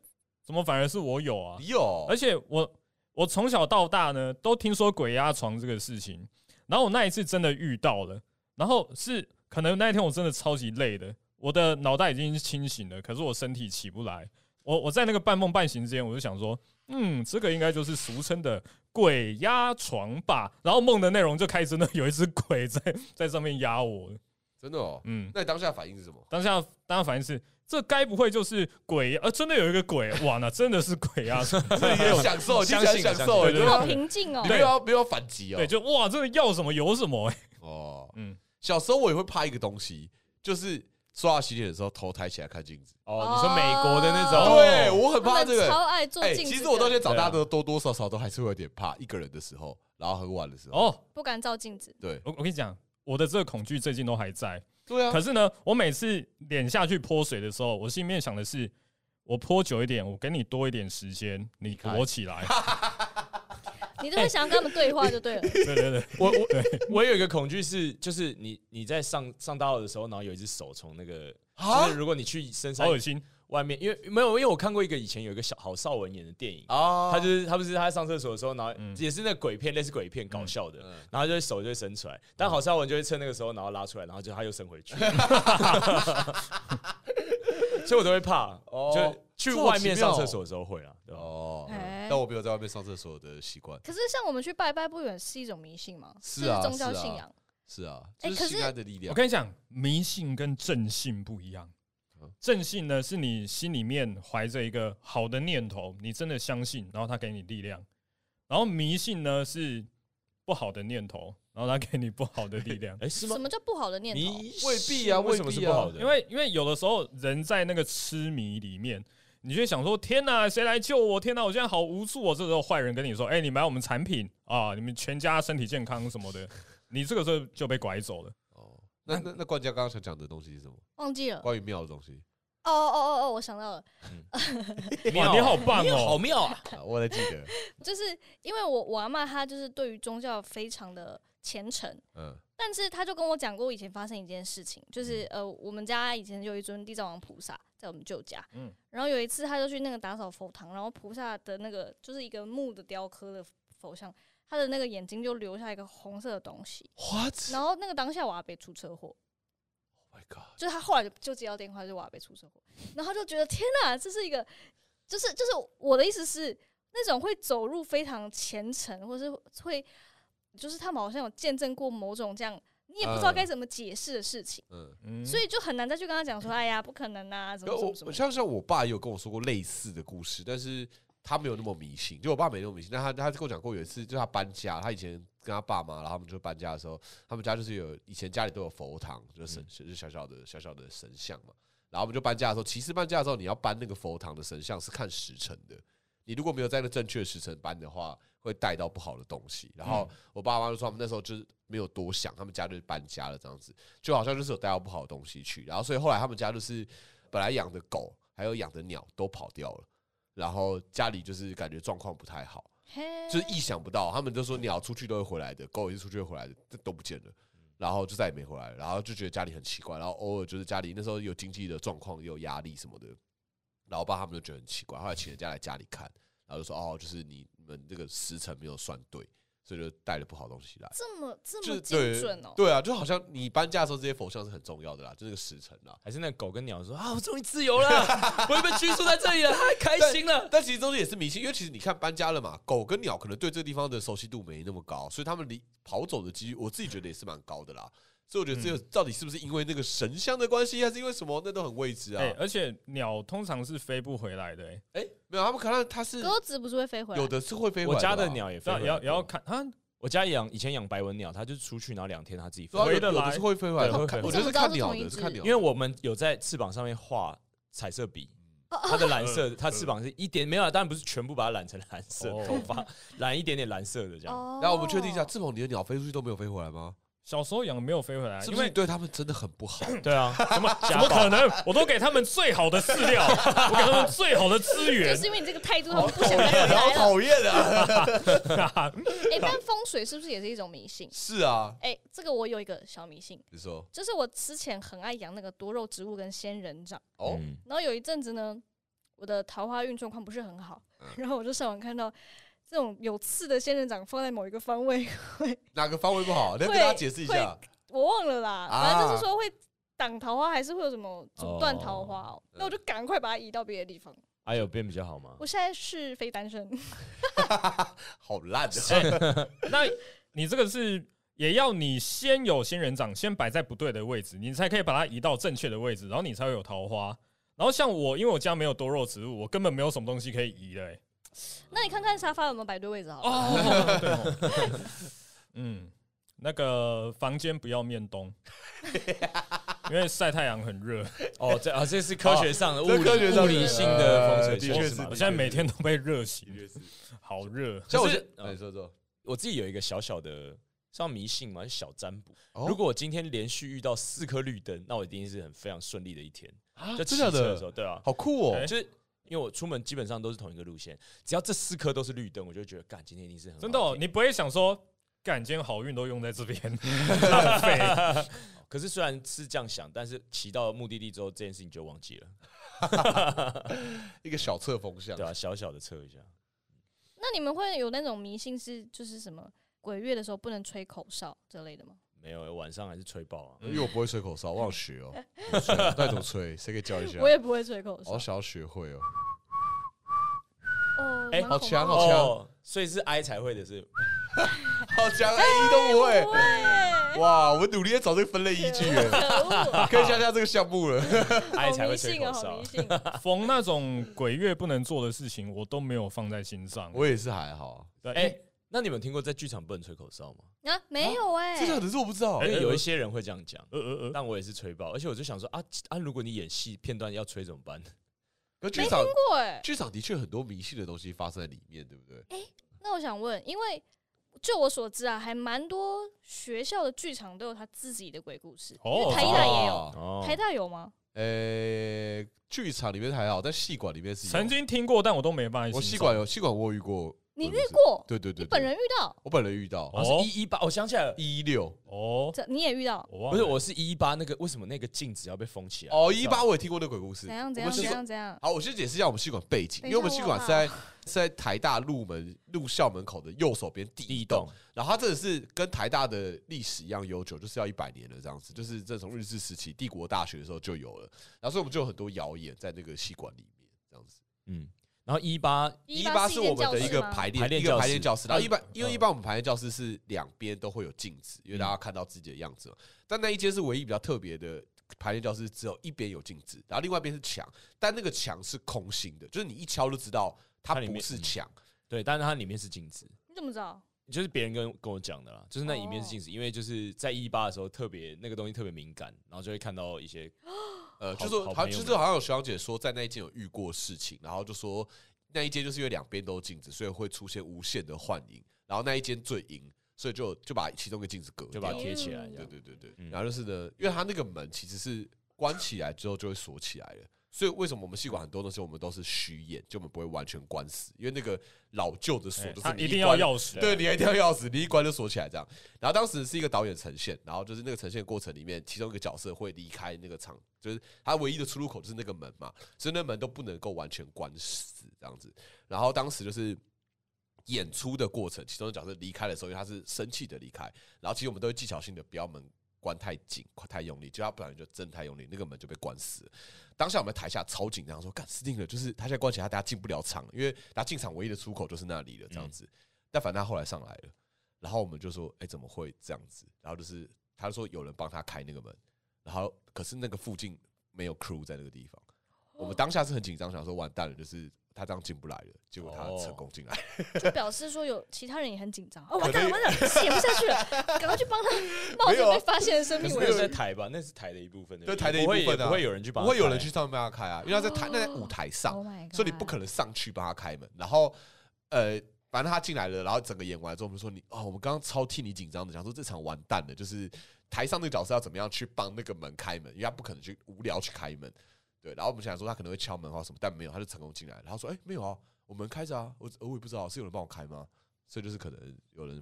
S3: 怎么反而是我有啊？
S2: 你有？
S3: 而且我我从小到大呢，都听说鬼压床这个事情，然后我那一次真的遇到了，然后是可能那一天我真的超级累的，我的脑袋已经清醒了，可是我身体起不来。我我在那个半梦半醒之间，我就想说，嗯，这个应该就是俗称的鬼压床吧。然后梦的内容就开始真的 有一只鬼在在上面压我，
S2: 真的哦、
S3: 嗯，
S2: 那你当下反应是什 么？
S3: 当下当下反应是，这该不会就是鬼？呃，真的有一个鬼，哇，那真的是鬼压床。
S2: 这也有享受，
S1: 相
S2: 你竟
S1: 信
S2: 然享
S1: 相
S2: 受，
S3: 信
S2: 你没
S3: 对
S4: 好
S2: 有
S4: 平静哦
S2: 你，
S3: 对
S2: 没有要没有要反击哦、
S3: 对，就哇，真的要什么有什么、欸。
S2: 哦，
S3: 嗯
S2: 小时候我也会怕一个东西，就是刷牙洗脸的时候头抬起来看镜子。
S1: 哦，你说美国的那种，
S4: 哦
S2: 对我很
S4: 他
S2: 怕这
S4: 们
S2: 个。
S4: 超爱做
S2: 哎，
S4: 镜子
S2: 其
S4: 的，
S2: 实我到现在长大都多多少少都还是会有点怕一个人的时候，然后很晚的时候。
S3: 哦，
S4: 不敢照镜子，
S2: 对
S3: 我我跟你讲，我的这个恐惧最近都还在。
S2: 对啊
S3: 可，是呢，我每次脸下去泼水的时候，我心里面想的是，我泼久一点，我给你多一点时间，你躲起 来。
S2: 哎
S4: 你就会想要跟他们对话就对了。
S3: 对对对，
S1: 我我我有一个恐惧是，就是你你在上上大号的时候，然后有一只手从那个，
S2: 啊
S1: 就是如果你去深山
S3: 好恶心。
S1: 外面，因为没有，因为我看过一个以前有一个小郝邵文演的电影，
S2: 啊
S1: 他就是他不是他在上厕所的时候，然后
S3: 嗯
S1: 也是那个鬼片，类似鬼片搞笑的
S2: 嗯，
S1: 然后就会手就会伸出来，但郝邵文就会趁那个时候，然后拉出来，然后就他又伸回去，所以我都会怕，
S2: 哦
S1: 就去外面上厕所的时候会啊，对吧？。
S2: 哦，
S4: 哎
S2: 但我没有在外面上厕所的习惯。
S4: 可是像我们去拜拜不远是一种迷信吗？
S2: 是啊
S4: 这宗教
S2: 是啊
S4: 信仰。
S2: 是啊，
S4: 哎
S2: 就是
S4: 可是
S2: 性爱的力
S3: 我
S2: 量。
S3: 跟你讲，迷信跟正信不一样
S2: 嗯。
S3: 正信呢，是你心里面怀着一个好的念头，你真的相信，然后他给你力量；然后迷信呢，是不好的念头，然后他给你不好的力量
S1: 哎，是吗
S4: 什？么叫不好的念头？
S1: 你
S2: 未必啊
S1: 为什么是
S2: 未必
S1: 不
S2: 啊
S1: 好的？
S3: 因为因为有的时候人在那个痴迷里面，你就会想说：天哪，谁来救我？天哪，我现在好无助哦！这时候坏人跟你说：哎、你买我们产品啊，你们全家身体健康什么的，你这个时候就被拐走了。
S2: 哦，那那那冠家刚刚想讲的东西是什么？
S4: 忘记了。哦
S2: 关于庙的东西。
S4: 哦哦哦哦，我想到了，
S1: 妙
S3: 哇，
S1: 啊
S3: 你好棒哦！
S1: 妙啊！
S2: 啊我还记得，
S4: 就是因为我我阿妈她就是对于宗教非常的虔诚，
S2: 嗯，
S4: 但是她就跟我讲过以前发生一件事情，就是呃我们家以前有一尊地藏王菩萨在我们舅家，
S3: 嗯
S4: 然后有一次她就去那个打扫佛堂，然后菩萨的那个就是一个木的雕刻的佛像，他的那个眼睛就留下一个红色的东西，
S2: What？
S4: 然后那个当下我阿伯出车祸，
S2: Oh my god！
S4: 就是他后来就就接到电话，就瓦被出车祸，然后就觉得天哪，这是一个，就是就是我的意思是，那种会走入非常虔诚，或是会，就是他们好像有见证过某种这样，你也不知道
S2: 嗯
S4: 该怎么解释的事情，
S2: 嗯，
S3: 嗯
S4: 所以就很难再去跟他讲说，哎呀，不可能啊，怎么怎么怎
S2: 我
S4: 么，
S2: 像像我爸也有跟我说过类似的故事，但是他没有那么迷信，就我爸没那么迷信，但他他跟我讲过有一次，就他搬家，他以前跟他爸妈，然后他们就搬家的时候，他们家就是有以前家里都有佛堂，就是神、就是小小的小小的神像嘛，然后我们就搬家的时候，其实搬家的时候你要搬那个佛堂的神像是看时辰的，你如果没有在那正确的时辰搬的话，会带到不好的东西。然后我爸妈就说他们那时候就是没有多想，他们家就是搬家了这样子，就好像就是有带到不好的东西去。然后所以后来他们家就是本来养的狗还有养的鸟都跑掉了，然后家里就是感觉状况不太好。
S4: 嘿
S2: 就是意想不到，他们就说鸟出去都会回来的，狗也是出去会回来的，这都不见了，然后就再也没回来了，然后就觉得家里很奇怪，然后偶尔就是家里那时候有经济的状况，也有压力什么的，然后我爸他们就觉得很奇怪，后来请人家来家里看，然后就说哦，就是你你们这个时辰没有算对，所以就带了不好东西来。
S4: 这么这
S2: 就
S4: 么
S2: 是
S4: 精准
S2: 对
S4: 哦、
S2: 对啊，就好像你搬家的时候，这些佛像是很重要的啦，就那个时辰啦。
S1: 还是那狗跟鸟说啊，我终于自由了，我又被拘束在这里了，太开心了。
S2: 但其实中间也是迷信，因为其实你看搬家了嘛，狗跟鸟可能对这个地方的熟悉度没那么高，所以他们离跑走的几率，我自己觉得也是蛮高的啦。所以我觉得这个到底是不是因为那个神像的关系，还是因为什么，那都很未知啊。
S3: 哎、而且鸟通常是飞不回来的、哎，
S2: 哎、没有，他们可能它是
S4: 鸽子不是会飞回来？
S2: 有的是会飞回
S1: 我
S2: 来
S1: 家
S2: 的
S1: 的
S2: 吧，
S1: 鸟也飞
S3: 那
S1: 回
S3: 也
S1: 来
S3: 要也要
S1: 过，
S3: 看啊，
S1: 我家养以前养白文鸟，它就是出去然后两天它自己飞
S2: 对啊，啊
S1: 回
S2: 有
S1: 来，
S3: 得
S2: 有
S3: 来
S2: 的是会飞回来
S1: 对
S2: 的。
S1: 会
S2: 看
S1: 飞
S2: 我觉得是看鸟
S4: 我怎么
S2: 的，是
S4: 知道是同一只哦
S2: 看鸟的，
S1: 因为我们有在翅膀上面画彩色笔。
S2: 哦
S1: 它的蓝色，它翅膀是一点没有啊，当然不是全部把它染成蓝色，
S3: 哦
S1: 头发染一点点蓝色的这样。
S4: 哦，
S2: 然后我们确定一下，，志鹏，你的鸟飞出去都没有飞回来吗？
S3: 小时候养没有飞回
S1: 啊
S3: 来，
S2: 是
S3: 因
S2: 不是
S3: 为
S2: 你对他们真的很不 好？
S1: 对啊，
S3: 怎么怎么可能？我都给他们最好的饲料，我给他们最好的资
S4: 就
S3: 源
S4: 是。因为你这个态度，他们
S2: 哦
S4: 不想再回 来了。
S2: 讨厌啊！
S4: 哎、但风水是不是也是一种迷信？
S2: 是啊，
S4: 哎、这个我有一个小迷信，
S2: 你说
S4: 就是我之前很爱养那个多肉植物跟仙人掌，
S2: 哦，
S1: 嗯
S4: 然后有一阵子呢，我的桃花运状况不是很好，然后我就上网看到这种有刺的仙人掌放在某一个方位，
S2: 哪个方位不好？能跟大家解释一下？
S4: 我忘了啦，
S2: 啊
S4: 反正就是说会挡桃花，还是会有什么阻断桃花、哦，那我就赶快把它移到别的地方。
S1: 哎有变比较好吗？
S4: 我现在是非单身，
S2: 好烂啊的。
S3: 那你这个是也要你先有仙人掌，先摆在不对的位置，你才可以把它移到正确的位置，然后你才会有桃花。然后像我，因为我家没有多肉植物，我根本没有什么东西可以移的、欸。
S4: 那你看看沙发有没有摆对位置好了。
S3: 哦，对哦，嗯，那个房间不要面东， 因为晒太阳很热。
S1: 哦，这啊这是科学上的物
S2: 这科
S1: 理
S2: 学上
S1: 物
S2: 的
S1: 理性的风水
S2: 呃的确
S1: 知识嘛
S2: 是
S3: 我现在每天都被热醒，
S2: 是，
S3: 好热。
S2: 像我
S1: 可是
S2: 现
S1: 呃
S2: 哎你说说，
S1: 我自己有一个小小的，像迷信嘛，小占卜。
S2: 哦
S1: 如果我今天连续遇到四颗绿灯，那我一定是很非常顺利的一天。就骑
S2: 真的
S1: 车
S2: 假的
S1: 的时候，对啊，
S2: 好酷哦
S3: 哎！
S1: 就是因为我出门基本上都是同一个路线，只要这四颗都是绿灯，我就会觉得干，今天一定是很好
S3: 真的、哦，
S1: 天
S3: 你不会想说，干，今天好运都用在这 边，浪费。
S1: 可是虽然是这样想，但是骑到目的地之后，这件事情就忘记了，
S2: 一个小侧风向
S1: 对，啊，小小的测一下。
S4: 那你们会有那种迷信是就是什么鬼月的时候不能吹口哨之类的吗？
S1: 没有、晚上还是吹爆啊！
S2: 因为我不会吹口哨，我想学哦。 我想学到底怎么吹？谁可以教一下？
S4: 啊我也不会吹口哨
S2: 好。想要学会哦。
S4: 哦，
S1: 哎
S4: 蛮
S2: 好
S4: 恐
S2: 强
S4: 怖
S2: 好强
S1: 哦，所以是 I 才会的是，
S2: 好强，哎，一都不
S1: 哦
S4: 的
S2: 会。
S4: 对
S2: 哇，我努力在找这个分类依据 耶，
S4: 可恶，
S2: 可以加加这个项目了。
S1: i
S4: 好
S1: 才
S4: 迷
S1: 会吹
S4: 信哦，
S1: 口
S4: 好
S1: 哨啊
S4: 迷。信。
S3: 逢那种鬼月不能做的事情，我都没有放在心上。
S2: 我也是还好，啊
S3: 对，哎、
S1: 哎、那你们听过在剧场不能吹口哨吗？
S4: 啊，没有哎、
S2: 真的，可是我不知道
S1: 因
S3: 哎。
S1: 为有一些人会这样讲，
S3: 呃呃呃，
S1: 但我也是吹爆，而且我就想说啊啊，如果你演戏片段要吹怎么办？
S2: 可剧
S4: 没
S2: 场
S4: 听过哎、
S2: 剧场的确很多迷信的东西发生在里面，对不对？
S4: 那我想问，因为就我所知啊，还蛮多学校的剧场都有他自己的鬼故事。
S3: 哦
S4: 台大也有
S2: 哦。
S1: 哦
S4: 台大有吗？
S2: 呃，剧场里面还好，但戏馆里面是有
S3: 曾经听过，但我都没办法。
S2: 哦我戏馆有戏馆我有遇过，
S4: 你遇
S2: 鬼故事？
S4: 过？
S2: 对对对，
S4: 你
S2: 对
S4: 本人遇到？
S2: 我本人遇到
S1: 哦，是一一八，我想起来了，
S2: 一六
S3: 哦，
S4: 这你也遇到？
S3: 我忘
S1: 不
S3: 了
S1: 是，我是一一八那个，为什么那个镜子要被封起来？
S2: 哦一八我也听过那鬼故事，
S4: 怎样
S2: 我
S4: 怎
S2: 们
S4: 样
S2: 戏
S4: 怎
S2: 馆
S4: 样怎样？
S2: 好，我先解释一下我们戏馆背景，
S4: 等
S2: 因
S4: 一下
S2: 为我们戏馆是在
S4: 我
S2: 是在台大入门入校门口的右手边第
S1: 第
S2: 一
S1: 一
S2: 栋
S1: 栋，，
S2: 然后它真的是跟台大的历史一样悠久，就是要一百年了这样子，就是这从日治时期帝国大学的时候就有了，然后所以我们就有很多谣言在那个戏馆里面这样子。
S1: 嗯，然后一八
S2: 一
S4: 八
S2: 八是我们的一个
S4: 吗
S2: 排
S1: 排
S2: 练，
S1: 练
S2: 一个
S1: 教
S2: 排练
S1: 室
S2: 教室。然后一般
S3: 嗯
S2: 因为一般我们排练教室是两边都会有镜子，因为
S1: 嗯
S2: 大家看到自己的样子嘛。但那一间是唯一比较特别的排练教室，只有一边有镜子，然后另外一边是墙，但那个墙是空心的，就是你一敲就知道它
S1: 它里
S2: 不
S1: 面
S2: 是
S1: 嗯
S2: 墙。
S1: 对，但是它里面是镜子，
S4: 你怎么知道？
S1: 就是别人跟跟我讲的啦，就是那里面
S4: 哦
S1: 是镜子，因为就是在一八的时候特别那个东西特别敏感，然后就会看到一些
S2: 呃，
S1: 好
S2: 就说
S1: 好
S2: 好像
S1: 朋友
S2: 就是
S1: 们
S2: 好像有学长姐说在那一间有遇过事情，然后就说那一间就是因为两边都有镜子，所以会出现无限的幻影，然后那一间最阴，所以就就把其中一个镜子隔
S1: 就
S2: 掉
S1: 把
S2: 了。
S1: 它贴起来这
S2: 对
S1: 样。
S2: 对对对，
S1: 嗯
S2: 然后就是呢，因为它那个门其实是关起来之后就会锁起来了，所以为什么我们戏馆很多东西我们都是虚掩，就我们不会完全关死，因为那个老旧的锁
S3: 哎
S2: 就是
S3: 他
S2: 你
S3: 一定要
S2: 关，
S3: 钥匙，
S2: 对，你一定要钥匙，你一关就锁起来这样。然后当时是一个导演呈现，然后就是那个呈现过程里面，其中一个角色会离开那个场，就是他唯一的出入口就是那个门嘛，所以那门都不能够完全关死这样子。然后当时就是。演出的过程，其中的角色离开的时候，因为他是生气的离开，然后其实我们都会技巧性的不要门关太紧、太用力，就他不然就真太用力，那个门就被关死了。当下我们台下超紧张，说干死定了，就是他现在关起来，大家进不了场了，因为他进场唯一的出口就是那里了，这样子。但反正他后来上来了，然后我们就说，哎、怎么会这样子？然后就是他说有人帮他开那个门，然后可是那个附近没有 crew 在那个地方，我们当下是很紧张，想说完蛋了，就是他这样进不来了，结果他
S1: 哦
S2: 成功进来。
S4: 就表示说有其他人也很紧张。哦，完蛋了完蛋了，写不下去 了，赶快去帮他冒
S2: 啊没有
S4: 着
S2: 啊
S4: 被发现的生
S1: 可
S4: 命
S1: 是
S4: 危
S1: 那
S4: 险
S1: 是。在台吧，那是台的一部分的原
S2: 对
S1: 因，
S2: 台的一部分啊
S1: 不会也不会有人去帮
S2: 不
S1: 它开，
S2: 会有人去上面帮他开啊，因为他在台、那在舞台上，
S4: Oh my god！
S2: 所以你不可能上去帮他开门。然后呃，反正他进来了，然后整个演完之后，我们说你哦，我们刚刚超替你紧张的，想说这场完蛋了，就是台上那个角色要怎么样去帮那个门开门，因为他不可能去无聊去开门。对，然后我们想说他可能会敲门或什么，但没有，他就成功进来。然后说哎、没有啊，我门开着啊，我我也不知道是有人帮我开吗？所以就是可能有人。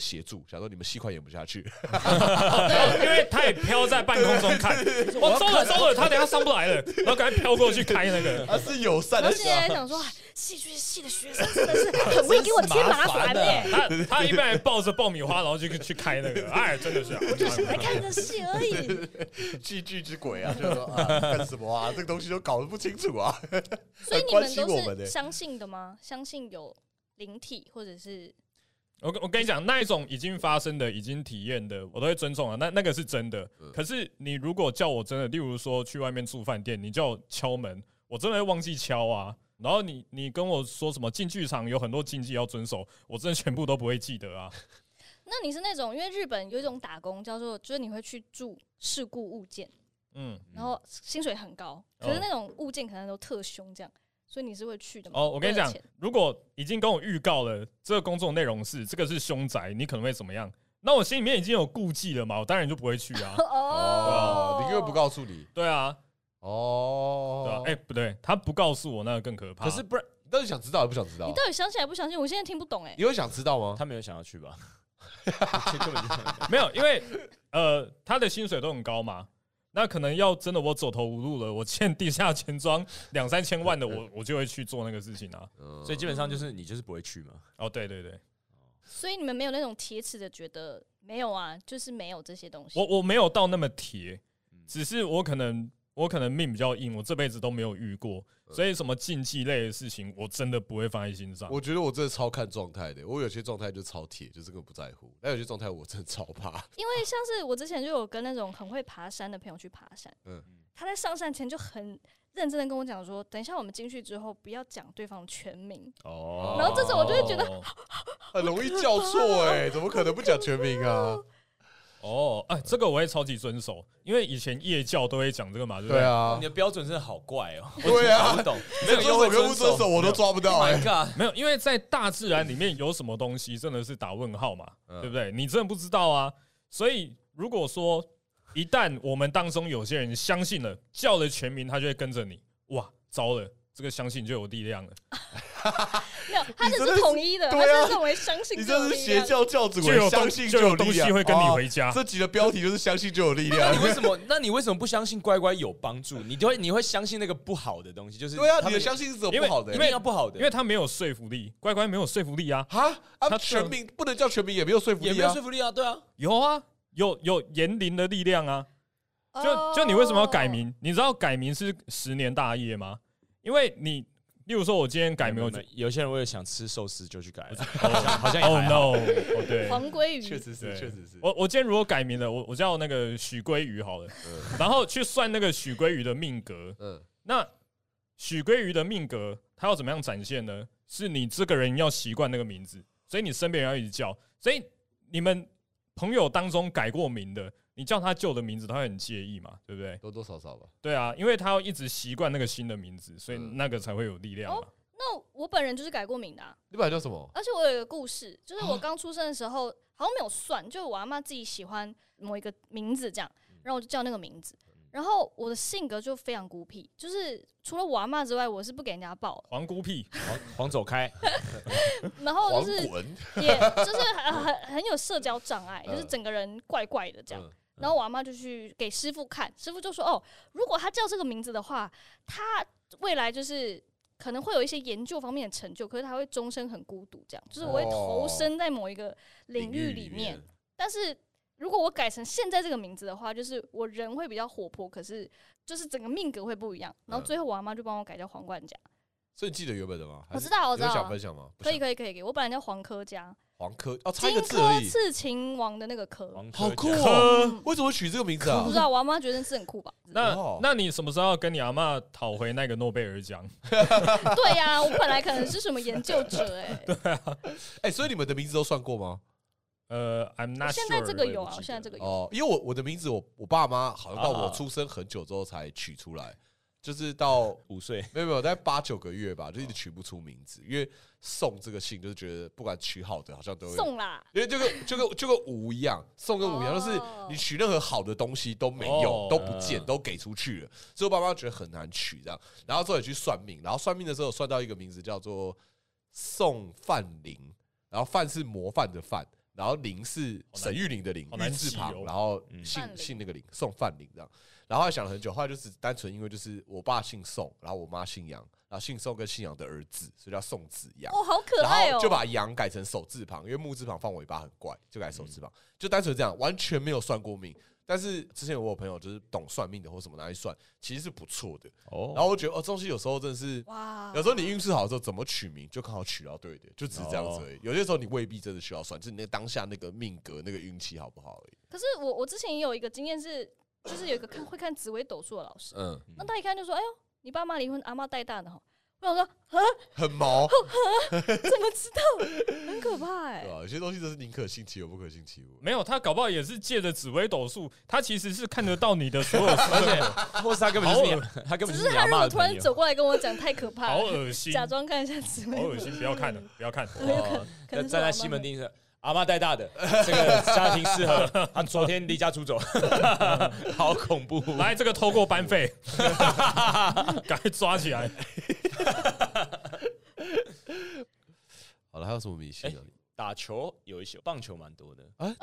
S2: 协助，想说你们戏快演不下去，
S3: 因为他也飘在半空中看，我糟了糟了，他等下上不来了，然后赶快飘过去开那个。
S2: 他是友善
S4: 然
S2: 的
S4: 后 现在还想说，哎戏剧系的学生真的是很会给我添麻烦呢、
S2: 啊
S3: 他他一般还抱着爆米花，然后就去开那个，哎，真的是啊，
S4: 就是来看个戏而 已。
S2: 戏剧之鬼啊，就是说啊，干什么 啊？这个东西都搞得不清楚啊。
S4: 所以你
S2: 关心我
S4: 都
S2: 们呢
S4: 是相信的吗？相信有灵体或者是
S3: 我跟我跟你讲，那一种已经发生的、已经体验的，我都会尊重啊。那那个是真的
S2: 嗯。
S3: 可是你如果叫我真的，例如说去外面住饭店，你叫我敲门，我真的会忘记敲啊。然后你你跟我说什么进剧场有很多禁忌要遵守，我真的全部都不会记得啊。
S4: 那你是那种，因为日本有一种打工叫做，就是你会去住事故物件，
S3: 嗯，
S4: 然后薪水很
S2: 哦
S4: 高，可是那种物件可能都特凶这样，所以你是会去的吗？
S3: 哦，我跟你
S4: 为
S3: 讲
S4: 了钱，。
S3: 如果已经跟我预告了这个工作内容是这个是凶宅，你可能会怎么样？那我心里面已经有顾忌了嘛，我当然就不会去啊
S4: 哦
S2: 哦，，你又不告诉你
S3: 对啊，对啊
S2: 哦，，
S3: 哎、不对，他不告诉我那个更可怕。
S1: 可是不然
S2: 你到底想知道还不想知道
S4: 你？到底相信还不相信？我现在听不懂哎、
S2: 你会想知道吗？
S1: 他没有想要去吧？这根本就没有
S3: 没有，因为呃，他的薪水都很高嘛。那可能要真的我走投无路了，我欠地下钱庄两三千万的， 我我就会去做那个事情啊。
S2: 嗯
S1: 所以基本上就是你就是不会去嘛。
S3: 哦，对对对，
S4: 所以你们没有那种铁齿的觉得没有啊，就是没有这些东西。
S3: 我我没有到那么铁
S1: 嗯，
S3: 只是我可能我可能命比较硬，我这辈子都没有遇过，
S2: 呃
S3: 所以什么禁忌类的事情，我真的不会放在心上。
S2: 我觉得我真的超看状态的，我有些状态就超铁，就这个不在乎；但有些状态我真的超 怕。
S4: 因为像是我之前就有跟那种很会爬山的朋友去爬山，
S2: 嗯
S4: 他在上山前就很认真的跟我讲说，等一下我们进去之后不要讲对方全名。
S2: 哦
S4: 然后这种我就会觉得
S3: 哦
S2: 很容易叫错哎、怎么可能不讲全名啊？
S3: 哦，哎，这个我会超级遵守，因为以前夜教都会讲这个嘛，对不
S2: 对
S3: 对？
S2: 啊
S1: 你，的标准真的好怪哦。
S2: 对啊
S1: 我不懂， 没
S2: 这遵
S1: 有又
S2: 守
S1: 会
S2: 跟不遵守我都抓不到
S1: Oh
S2: 哎、
S1: my god！
S3: 没有，因为在大自然里面有什么东西真的是打问号嘛，
S2: 嗯
S3: 对不对？你真的不知道啊。所以如果说一旦我们当中有些人相信了，叫了全名，他就会跟着你。哇，糟了，这个相信就有力量了，
S4: 没有，他
S2: 你
S4: 这
S2: 真的
S4: 是
S2: 是
S4: 统一的，
S2: 对
S4: 他
S2: 啊
S4: 是认为相信
S2: 哎你
S4: 就有
S2: 这是
S4: 力
S2: 邪
S4: 量
S2: 教教主，
S3: 就有
S2: 我
S3: 东
S2: 相信就
S3: 有
S2: 力
S3: 东西
S2: 量
S3: 会跟你
S2: 哦
S3: 回家。
S2: 这集的标题就是相信就有力
S1: 那
S2: 量
S1: 你。为什么？那你为什么不相信乖乖有帮助？你就会你会相信那个不好的东西，就是
S2: 对啊，
S1: 他
S2: 你
S1: 们
S2: 的相信是有
S3: 因
S2: 不
S3: 为
S2: 好的、欸
S1: 一
S3: 因为。
S1: 定要不好的，
S3: 因为他没有说服力，乖乖没有说服力啊，
S2: 啊啊！
S3: 他
S2: 全名不能叫全名，也没有说服
S1: 也没
S2: 力
S1: 有
S2: 啊
S1: 说。服力啊，对啊，
S3: 有啊，有有言灵的力量啊。就
S4: 哦
S3: 就你为什么要改？名？你知道改名是十年大业吗？因为你，例如说，我今天改名，我就
S1: 有有些人为了想吃寿司就去改了，
S3: 好像 oh no，哦对，
S4: 黄鲑鱼
S2: 确实是，
S3: 对
S2: 确实
S1: 嗯哦
S2: 是。
S3: 我我今天如果改名了，我我叫那个许鲑鱼好了， 然后去算那个许鲑鱼的命格。
S2: 嗯，
S3: 那许鲑鱼的命格，它要怎么样展现呢？是你这个人要习惯那个名字，所以你身边人要一直叫。所以你们朋友当中改过名的，你叫他旧的名字，他会很介意嘛，对不对？
S2: 多多少少吧。
S3: 对啊，因为他要一直习惯那个新的名字，所以
S2: 嗯
S3: 那个才会有力量嘛。
S4: 哦那我本人就是改过名的、啊，
S2: 你本来叫什么？
S4: 而且我有一个故事，就是我刚出生的时候好像没有算，就我阿妈自己喜欢某一个名字这样，然后我就叫那个名字。然后我的性格就非常孤僻，就是除了我阿妈之外，我是不给人家抱，
S3: 黄姑 屁，
S1: 黄黄走开，
S4: 然后
S2: 黄
S4: 哦就是
S2: 滚。
S4: 也就是很很很有社交障碍，
S2: 嗯
S4: 就是整个人怪怪的这样
S2: 嗯。
S4: 然后我阿妈就去给师傅看，师傅就说：“哦，如果他叫这个名字的话，他未来就是可能会有一些研究方面的成就，可是他会终身很孤独，这样就是我
S2: 哦
S4: 会投身在某一个领域里面。但是如果我改成现在这个名字的话，就是我人会比较活泼，可是就是整个命格会不一样。然后
S2: 嗯
S4: 最后我阿妈就帮我改叫黄冠家，
S2: 所以你记得原本的吗？还
S4: 我
S2: 是
S4: 知道，我
S2: 有
S4: 知道
S2: 想
S4: 啊
S2: 分，享吗？不
S4: 可以
S2: 想
S4: 可以可以，可以我本来叫黄科家，
S2: 黄科哦，差一
S4: 荆
S2: 个字而
S4: 轲
S2: 已。
S4: 刺秦王的那个科。”
S1: 黄
S2: 好
S1: 科
S2: 酷
S1: 讲
S2: 哦！
S4: 嗯
S2: 为什么取这个名字啊
S4: 不？知道，我阿妈觉得是很酷吧？
S3: 那
S2: 哦
S3: 那你什么时候要跟你阿嬷讨回那个诺贝尔奖？
S4: 对呀、我本来可能是什么研究者哎、
S2: 哎，所以你们的名字都算过吗？
S3: 呃，I'm not sure。
S4: 现在这个有
S3: 我
S4: 啊
S3: 也，不
S4: 现
S3: 记得
S4: 在这个有。
S2: 哦，因为我我的名字，我我爸妈好像到
S1: 啊
S2: 我出生很久之后才取出来，就是到
S1: 五岁，
S2: 没有没有，大概八九个月吧，就一直取不出名字，因为宋这个姓就是觉得不管取好的，好像都会。
S4: 送啦，
S2: 因为就跟就跟就跟吴一啊样，宋跟吴一样，
S4: 哦
S2: 就是你取任何好的东西都没有
S3: 哦，
S2: 都不见，
S1: 嗯
S2: 都给出去了，所以我爸妈觉得很难取这样。然后之后也去算命，然后算命的时候有算到一个名字叫做宋范林，然后范是模范的范，然后林是沈玉林的林，
S3: 好
S2: 玉
S3: 难
S2: 字
S3: 记
S2: 旁，
S3: 哦
S2: 然后
S1: 嗯
S2: 姓
S4: 范林
S2: 姓那个林，宋范林这样。然后还想了很久，后来就是单纯因为就是我爸姓宋，然后我妈姓杨，然后姓宋跟姓杨的儿子，所以叫宋子杨。
S4: 哦，好 可爱
S2: 然
S4: 哦、
S2: 后就把羊改成手字旁，因为木字旁放尾巴很怪，就改手字旁，就单纯这样，完全没有算过命。但是之前我有朋友就是懂算命的或什么拿去算，其实是不错的。
S1: 哦
S2: 然后我觉得哦，这东西有时候真的是，
S4: 哇，
S2: 有时候你运势好的时候怎么取名就刚好取到对的，就只是这样子而已。有些时候你未必真的需要算，就是你那个当下那个命格那个运气好不好而已。
S4: 可是我我之前也有一个经验是，就是有一个看会看紫微斗数的老师，
S2: 嗯，
S4: 那他一看就说：“哎呦，你爸妈离婚，阿妈带大的哈。”我想说
S2: 很毛，
S4: 怎么知道，很可怕哎、
S2: 对啊吧？有些东西真是宁可信其有，不可信其无。
S3: 没有，他搞不好也是借着紫微斗数，他其实是看得到你的所有 事，
S1: 或是他根本就是你，他
S4: 只
S1: 根本
S4: 是
S1: 你
S4: 他
S1: 阿
S4: 如
S1: 妈
S4: 果
S1: 的
S4: 突
S1: 朋
S4: 然
S1: 友。
S4: 走过来跟我讲，太可 怕
S3: 好
S4: 了。
S3: 恶心，
S4: 假
S3: 好
S4: 装看一下紫微
S3: 恶
S4: 斗数，
S3: 心，不要看了， 不要看。
S2: 哦
S4: 可能是
S1: 站
S4: 我
S1: 在
S4: 阿
S1: 西
S4: 嬷
S1: 门
S4: 会
S1: 町是阿妈带大的，这个家庭适合。他昨天离家出走， 好恐怖。
S3: 来，这个偷过班费， 赶快抓起来。
S2: 好了，还有什么迷信啊？
S1: 打球有一些，棒球蛮多的。
S4: 哦，真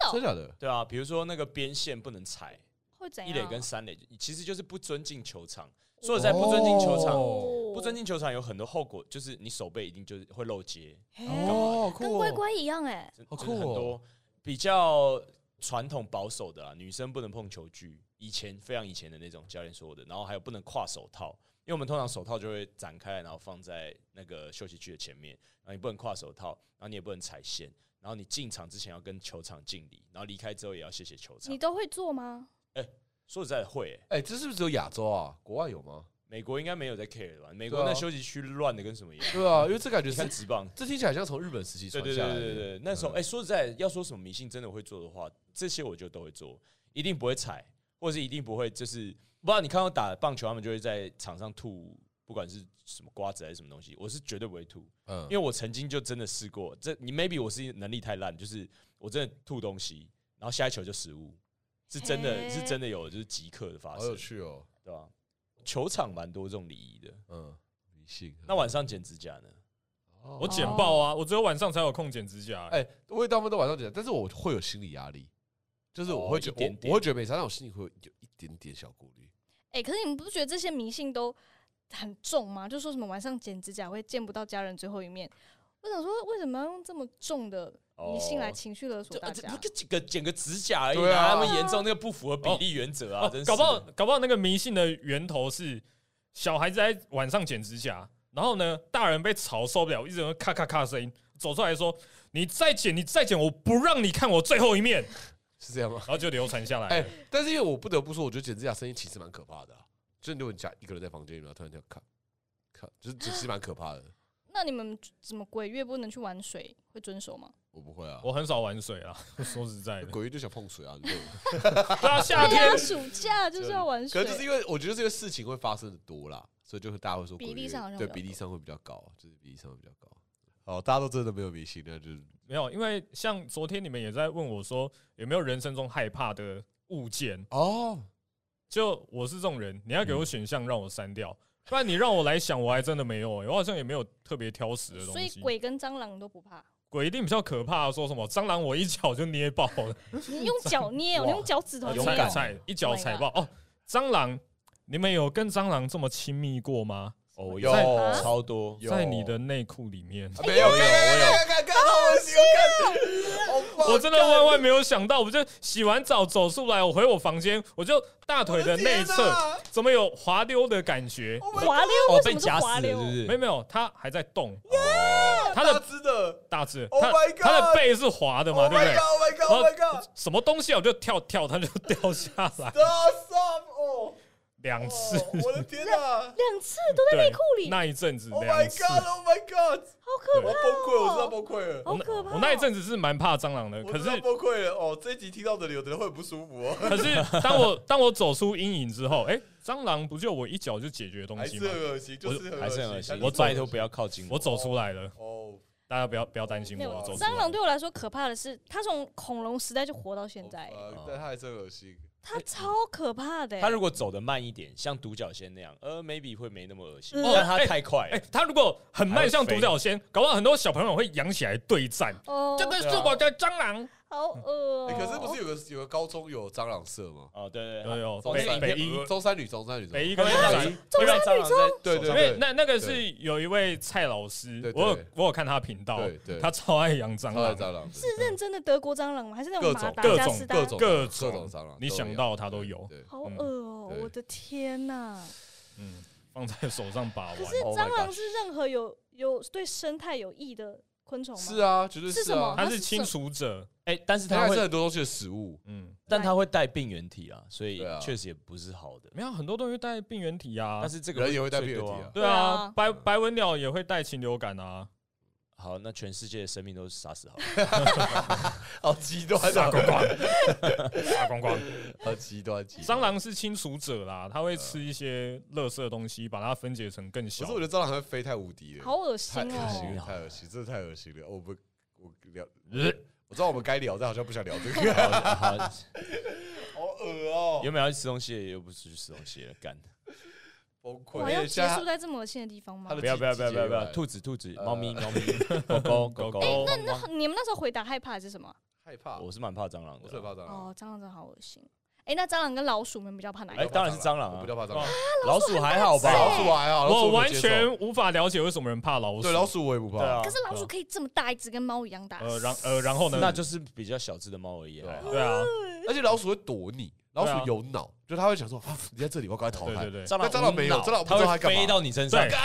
S4: 的哦、
S2: 真假的？
S1: 对啊，比如说那个边线不能踩，
S4: 会怎
S1: 一
S4: 样？
S1: 垒跟三垒其实就是不尊敬球场。说实在，不尊敬球场，
S4: 哦
S1: 不尊敬球场有很多后果，就是你手背一定就是会漏接，
S4: 嘿
S2: 哦，酷
S4: 哎跟
S2: 哦
S4: 乖乖一样哎、
S1: 真
S2: 好
S1: 真
S2: 酷
S1: 的很
S2: 哦
S1: 多比较传统保守的啦，女生不能碰球具，以前非常以前的那种教练说的，然后还有不能跨手套，因为我们通常手套就会展开来，然后放在那个休息区的前面，然后你不能跨手套，然后你也不能踩线，然后你进场之前要跟球场敬礼，然后离开之后也要谢谢球场
S4: 你。都会做吗？
S1: 说实在的会欸、
S2: 哎，这是不是只有亚洲啊？国外有吗？
S1: 美国应该没有在 care 的吧？美国
S2: 对啊
S1: 那休息区乱的跟什么一 样。
S2: 对啊，因为这感觉
S1: 你看
S2: 是
S1: 直棒，
S2: 这听起来像从日本时期
S1: 对
S2: 传
S1: 对
S2: 下
S1: 对
S2: 来的，
S1: 对对对，那时候
S2: 嗯
S1: 哎、说实在，要说什么迷信真的会做的话，这些我就都会做，一定不会踩，或者是一定不会就是，不知道你看到打棒球，他们就会在场上吐，不管是什么瓜子还是什么东西，我是绝对不会吐，
S2: 嗯
S1: 因为我曾经就真的试过，这你 maybe 我是能力太烂，就是我真的吐东西，然后下一球就失误，是真的
S4: 嘿
S1: 是真的有哎就是即刻的发
S2: 好有
S1: 生，
S2: 趣哦，
S1: 对吧、球场蛮多这种礼仪的，
S2: 嗯，迷信。
S1: 那晚上剪指甲呢？
S2: 哦
S3: 我剪爆啊！我只有晚上才有空剪指甲、欸。
S2: 哎、我也大部分都晚上剪，但是我会有心理压力，就是我
S1: 哦
S2: 会觉
S1: 一点
S2: 我
S1: 点
S2: 我会觉得没啥，但我心里会有一点点小顾虑。
S4: 哎、可是你们不觉得这些迷信都很重吗？就说什么晚上剪指甲会见不到家人最后一面，我想说为什么要用这么重的迷信来
S1: 哦
S4: 情绪勒索
S1: 就
S4: 大
S1: 啊这
S4: 家
S1: 不？就剪个剪个指甲而已
S2: 对啊
S1: 啊，他们严重那个不符合比例原则啊，
S3: 哦
S1: 真是
S3: 搞不好
S1: 的
S3: 搞不好那个迷信的源头是小孩子在晚上剪指甲，然后呢，大人被吵受不了，一直有咔咔咔的声音，走出来说：“你再剪，你再剪，我不让你看我最后一面。
S2: 是这样” 吗？
S3: 然后就流传下来。
S2: 哎、但是因为我不得不说，我觉得剪指甲声音其实蛮可怕的、啊，就是如果你家一个人在房间里面，然后突然就咔咔，就是其实蛮可怕的。
S4: 那你们怎么鬼月不能去玩水，会遵守吗？
S2: 我不会啊，
S3: 我很少玩水啊， 说实在的，
S2: 鬼月就想碰水啊，你知道吗
S3: 对啊，夏
S4: 对
S3: 天
S4: 啊，暑假就是要玩
S2: 可
S4: 水
S2: 能。就是因为我觉得这个事情会发生的多啦，所以就会大家会说
S4: 比
S2: 鬼
S4: 例
S2: 月
S4: 上好像
S2: 对
S4: 比较
S2: 比例
S4: 多
S2: 上会比较高，就是比例上会比较高。哦，大家都真的没有迷信，那就是
S3: 没有，因为像昨天你们也在问我说有没有人生中害怕的物件，
S2: 哦，
S3: 就我是这种人，你要给我选项让我删 掉，不然你让我来想，我还真的没有、欸，我好像也没有特别挑食的东西。
S4: 所以鬼跟蟑螂都不怕，
S3: 鬼一定比较可怕，说什么蟑螂我一脚就捏爆了，
S4: 你用脚捏哦，
S3: 哇
S4: 你用脚趾头
S1: 哦
S4: 捏
S1: 勇
S3: 踩
S1: 敢
S4: 哦。
S3: 踩一脚踩爆哦。蟑螂，你们有跟蟑螂这么亲密过吗？
S1: 哦，我
S2: 有
S1: 在
S2: 啊
S1: 超多，
S2: 有
S3: 在你的内裤里面，
S2: 啊没哎有没有，我有看
S1: 哦
S2: 看好恶心，我看，
S3: 我真的万万没有想到，我就洗完澡走出来，我回我房间，我就大腿的内侧
S2: 啊
S3: 怎么有滑溜的感觉？
S4: 滑溜
S1: 哦
S4: 为什么是滑溜？
S3: 没有
S1: 是？
S3: 没有，它还在动，它
S2: 他
S3: 的
S2: 真的
S3: 大致
S2: Oh
S3: 它
S2: my God
S3: 它的背是滑的嘛，
S2: ，Oh
S3: 对不
S2: my
S3: 对
S2: god，？Oh my god，Oh my god，
S3: 什么东西啊，我就跳跳，它就掉下来
S2: stop，哦，
S3: 两次，
S2: 我的天哪
S4: 两次都在
S3: 对
S4: 内裤里，
S3: 那一阵子
S2: ，Oh
S3: 两
S2: my
S3: 次。
S2: god，Oh my god，
S4: 好可
S1: 哦
S2: 我
S4: 怕
S2: 要崩溃，我知道崩溃了。
S4: 好可怕哦！
S3: 我那一阵子是蛮怕蟑螂的，
S2: 我
S3: 可
S2: 知道
S3: 是
S2: 崩溃了哦！这一集听到的有的人会很不舒服哦，
S3: 可是当我当我走出阴影之后，哎、蟑螂不就我一脚就解决的东
S2: 还
S3: 西
S2: 是
S3: 吗？
S2: 很恶心，就是
S1: 还是很恶心
S2: 但。是
S1: 我
S2: 真的
S1: 拜托不要靠近
S3: 我
S1: 我，
S3: 走出来了，
S2: 哦，
S3: 大家不要不要担心
S4: 没
S3: 我，
S4: 有
S3: 我
S2: 啊
S3: 走出来
S4: 蟑螂
S3: 了。
S4: 对我来说可怕的是，它从恐龙时代就活到现在，
S1: 哦
S2: 呃但他还是很恶心。
S4: 它超可怕的。
S1: 他如果走得慢一点，像独角仙那样，呃，maybe 会没那么恶心，
S4: 嗯
S1: 但他太快
S3: 哎、
S1: 了，
S3: 它如果很
S1: 还
S3: 慢，
S1: 会
S3: 像
S1: 飞
S3: 独角仙，搞不好很多小朋友会养起来对战。
S4: 哦
S3: 这，个是
S1: 对啊
S3: 我的蟑螂。
S4: 好恶哦。
S2: 哎可是不是有个有个高中有蟑螂社吗？
S1: 哦，对
S3: 有
S1: 对
S3: 有
S2: 中
S1: 北
S3: 哎北
S2: 山
S3: 北一
S2: 中山女，中山女，
S3: 北一
S1: 对，
S3: 跟北三，
S1: 会让蟑
S2: 对
S1: 螂在手
S2: 呃对
S3: 因
S1: 上
S3: 为那那个是有一位蔡老师
S2: 对，对
S3: 我有我有看他频道
S2: 对，对
S3: 他超爱养蟑
S2: 超爱
S3: 螂，
S2: 蟑螂，是
S4: 是认真的德国蟑螂吗？还是那种
S2: 各种
S4: 马达
S3: 各
S4: 加
S3: 种
S4: 斯达？
S2: 各种
S3: 各
S2: 种各
S3: 种
S2: 蟑螂，
S3: 你
S2: 都
S3: 想
S2: 有
S3: 到它都有
S2: 对，对
S4: 好恶
S2: 嗯！
S4: 哦
S2: 对
S4: 我的天哪！
S3: 嗯，放在手上把玩
S4: 可。是
S2: Oh my
S4: 蟑螂是任何有有对生态有益的昆虫吗？
S2: 是啊，绝对
S4: 是什
S2: 啊
S4: 么，
S3: 他是清除者，
S1: 哎，但是
S2: 它
S1: 他
S2: 还是
S1: 会，
S2: 很多东西的食物。
S3: 嗯，
S1: 但他会带病原体啊，所以
S2: 对啊
S1: 确实也不是好的。
S3: 没有很多东西带病原体啊，
S1: 但是这个
S2: 人也会带病
S1: 最
S2: 原体
S1: 多
S2: 啊
S1: 啊。
S3: 对
S4: 对
S3: 啊
S4: 啊，
S3: 白白文鸟也会带禽流感啊，
S1: 好，那全世界的生命都杀死好了。
S2: 好极端
S3: 杀光
S2: 啊！
S3: 光，杀光光。
S2: 好极端，极
S3: 蟑
S2: 端。
S3: 螂是清除者啦，它会吃一些垃圾的东西，把它分解成更
S2: 可
S3: 小
S2: 是。我觉得蟑螂还会飞太无敌了，
S4: 好恶心
S2: 太太恶心
S4: 哦！
S2: 了，太恶心，真的太恶心了。我们我 聊，
S3: 呃
S2: 我知道我们该聊，但好像不想聊这个，
S1: 好，好
S2: 好恶哦，
S1: 原本要去吃东西，又不是去吃东西了，干。
S2: 崩
S4: 我要
S2: 溃。
S4: 结束
S2: 现在
S4: 在这么恶心的地方吗
S2: 它？的
S1: 不要不要不要不要不
S2: 季节又来
S1: 要！
S2: 了
S1: 兔子兔子，
S2: 呃
S1: 猫咪猫咪，狗狗狗狗。
S3: 狗
S1: 汪
S4: 那
S1: 汪
S4: 哦你们那时候回答害怕的是什么？
S2: 害怕，
S1: 我
S2: 我
S1: 是蛮怕蟑螂
S2: 是很
S1: 的
S2: 怕
S1: 啊。
S2: 蟑螂，
S4: 哦，蟑螂真的好恶心。哎，那蟑螂跟老鼠你们比较怕哪一
S1: 哎
S4: 个？
S1: 当然是蟑螂啊
S2: 我比较怕蟑螂
S3: 哦。
S1: 老鼠还好吧？
S2: 老鼠还好，老鼠
S3: 我
S2: 可以
S3: 完
S2: 接受
S3: 全无法了解为什么人怕老鼠。
S2: 对老鼠我也不怕。
S1: 对啊
S4: 可，是
S2: 嗯
S4: 老鼠可以这么大一只，跟猫一样大。
S3: 呃，然呃，然后呢？
S1: 那就是比较小只的猫而已啊。
S2: 对啊
S3: 对啊，
S2: 而且老鼠会躲你，老鼠有脑，就它会想说啊，你在这里，我赶快逃
S3: 对对
S2: 开。
S3: 对，
S1: 蟑螂
S2: 但蟑螂没有
S1: 无脑
S2: 蟑螂不
S1: 它
S2: 知道它
S1: 会
S2: 干嘛
S1: 飞到你身上。
S3: 对
S2: 干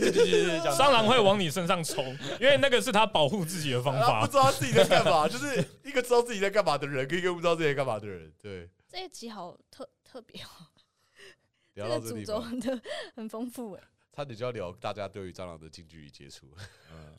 S1: 对对对对，
S3: 蟑螂会往你身上冲，因为那个是它保护自己的方
S2: 他
S3: 法
S2: 啊不。知道自己在干嘛， 就是一个知道自己在干嘛的人，跟一个不知道自己在干嘛的人。对，
S4: 这一集好特特别哦。
S2: 聊
S4: 这
S2: 到
S4: 个
S2: 这地
S4: 诅咒
S2: 方，
S4: 的很丰富哎。
S2: 差点就要聊大家对于蟑螂的近距离接触，
S1: 嗯，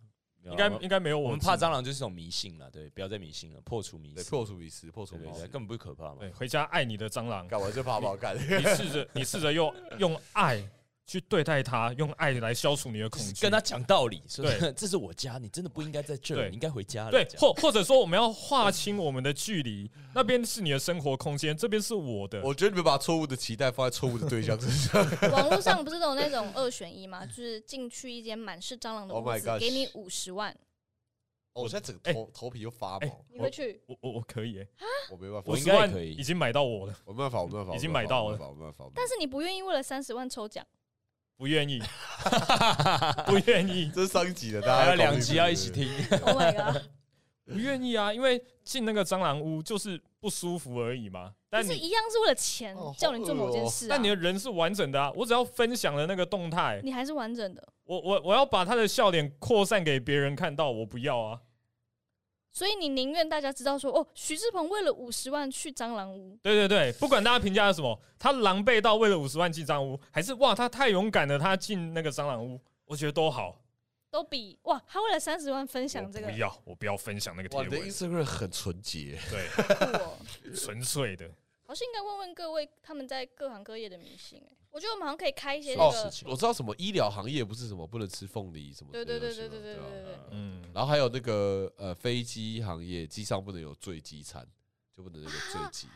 S3: 应该应该没有
S1: 我
S3: 我
S1: 们怕
S3: 脏。
S1: 蟑螂就是种迷信了，对，不要再迷信了，破除迷
S2: 对，
S1: 信，
S2: 破除迷思，破除
S1: 对
S2: 迷
S1: 对对
S2: 思
S1: 根。本不可怕嘛
S3: 对，。回家爱你的蟑螂，
S2: 干我就怕不好干，
S3: 你试着你试着用用爱去对待它，用爱来消除你的恐
S1: 就是
S3: 惧。
S1: 跟他讲道理，说
S3: 对
S1: 这是我家，你真的不应该在这
S3: 对
S1: 里，你应该回家了。
S3: 对
S1: 这，样
S3: 或或者说我们要划清我们的距离，那边是你的生活空间，这边是我的。
S2: 我觉得你们把错误的期待放在错误的对象身上。
S4: 网络上不是都有那种二选一吗？就是进去一间满是蟑螂的
S2: Oh
S4: 屋
S2: my
S4: 子，
S2: gosh
S4: 给你五十万，
S2: 哦我现在整个头头皮就发毛
S3: 哎，
S4: 你会去？
S3: 我我我可以、欸，
S2: 我没办法，
S1: 我
S3: 五
S1: 应
S3: 十
S1: 该
S3: 万
S1: 也可以
S3: 已经买到我 了，
S2: 我没办法，我没办法，
S3: 已经买到了
S2: 我没办法，我没办法。我没办法
S4: 但是你不愿意为了三十万抽奖，
S3: 不愿 意，不愿意，
S2: 这是上一集的，大家
S1: 还有
S2: 考虑
S1: 两集要一起。听。
S4: Oh my god！
S3: 不愿意啊！因为进那个蟑螂屋就是不舒服而已嘛。但
S4: 就是
S3: 你
S4: 一样是为了钱
S2: 哦好
S4: 叫你做某件事啊
S3: 但你，的人是完整的啊，我只要分享了那个动态，
S4: 你还是完整的，
S3: 我我我要把他的笑脸扩散给别人看到，我不要啊！
S4: 所以你宁愿大家知道说，哦，徐志鹏为了五十万去蟑螂屋，
S3: 对对对，不管大家评价是什么，他狼狈到为了五十万进蟑螂屋，还是哇他太勇敢了，他进那个蟑螂屋，我觉得都好。
S4: 都比哇，他为了三十万分
S3: 我
S4: 享这个
S3: 不要，我不要分享那个贴
S2: 哇，你的
S3: 文，
S2: Instagram 很纯洁，
S3: 对，
S4: 酷哦。
S3: 纯粹的。
S4: 好像应该问问各位他们在各行各业的明星哎、我觉得我们好像可以开一些那
S1: 哦
S4: 个，
S2: 我知道什么医疗行业不是什么不能吃凤梨什么
S4: 对
S2: 的东
S4: 对对
S2: 西
S4: 对
S2: 嘛，
S4: 对对对
S2: 吧
S4: 对对，
S3: 嗯，
S2: 啊然后还有那个呃飞机行业，机上不能有坠机餐，就不能
S4: 啊
S2: 那个坠机，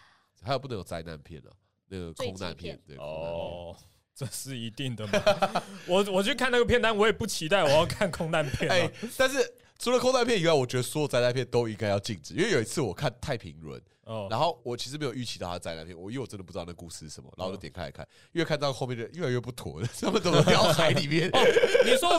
S2: 还有不能有灾难片啊，那个空难片，对，空难片。
S3: 哦，这是一定的嘛。 我我去看那个片单，我也不期待我要看空难片、
S2: 哎
S3: 啊。，
S2: 但是除了空难片以外，我觉得所有灾难片都应该要禁止，因为有一次我看《太平轮》，
S3: 哦，
S2: 然后我其实没有预期到他的灾难片，我因为我真的不知道那故事是什么，然后我就点开来看，越看到后面的越来越不妥了，他们怎么掉海里面？
S3: 你说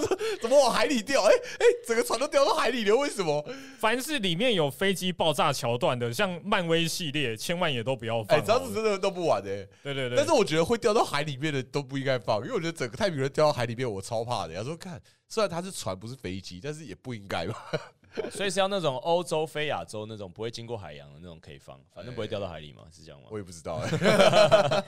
S2: 怎么往海里掉？哎、哎、整个船都掉到海里了，为什么？
S3: 凡是里面有飞机爆炸桥段的，像漫威系列，千万也都不要放好
S2: 哎、
S3: 了。哦
S2: 这样子真的弄不完哎、
S3: 对对对，
S2: 但是我觉得会掉到海里面的都不应该放，因为我觉得整个太平轮掉到海里面，我超怕的。他说：“看，虽然它是船不是飞机，但是也不应该吧？
S1: 所以是要那种欧洲、非亚洲那种不会经过海洋的那种可以放，反正不会掉到海里嘛，是这样吗
S2: 我？也不知道、哎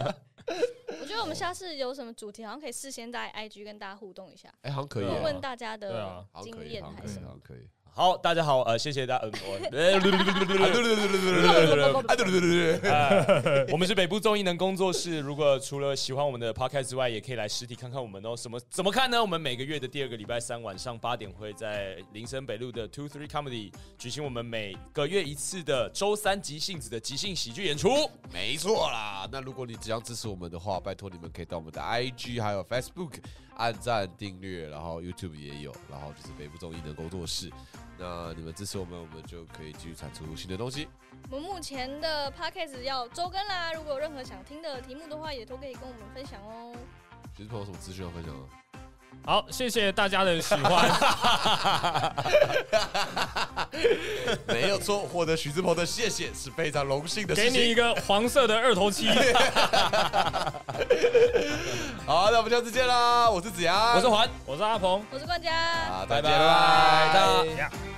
S4: 我觉得我们下次有什么主题，好像可以事先在 IG 跟大家互动一下，
S2: 哎，好像可以、
S4: 问问
S2: 啊，
S4: 大家
S3: 啊对
S4: 的
S3: 啊
S2: 好像
S4: 经
S2: 可以，
S4: 验
S2: 好像
S4: 还
S2: 可
S4: 是
S2: 以，
S4: 什
S2: 好
S4: 么。
S2: 像可以。
S1: 好，大家好，呃，谢谢大家，嗯，
S2: 啊对对对
S1: 我
S2: 对对对对对，啊对对对对对，
S1: 呃我们是北部综艺能工作室。如果除了喜欢我们的 podcast 之外，也可以来实体看看我们哦。什么怎么看呢？我们每个月的第二个礼拜三晚上八点会在林森北路的 Two Three Comedy 举行我们每个月一次的周三即兴子的即兴喜剧演出。
S2: 没错啦。那如果你只想支持我们的话，拜托你们可以到我们的 IG 还有 Facebook 按赞订阅，然后 YouTube 也有，然后就是北部综艺的工作室。那你们支持我们，我们就可以继续产出新的东西。
S4: 我们目前的 Podcast 要周更啦，如果有任何想听的题目的话，也都可以跟我们分享哦。
S2: 学朋友有什么资讯要分享吗？
S3: 好，谢谢大家的喜 欢。
S2: 没有错，获得许志鹏的谢谢是非常荣幸的
S3: 给
S2: 事
S3: 你一
S2: 情。
S3: 个黄色的二头七，
S2: 好，那我们下次见啦！我是子阳，
S1: 我是环，
S3: 我是阿鹏。
S4: 我是冠佳，
S2: 啊，
S1: 拜
S2: 再
S1: 拜，
S2: 见，拜拜。
S1: 大家
S3: 呀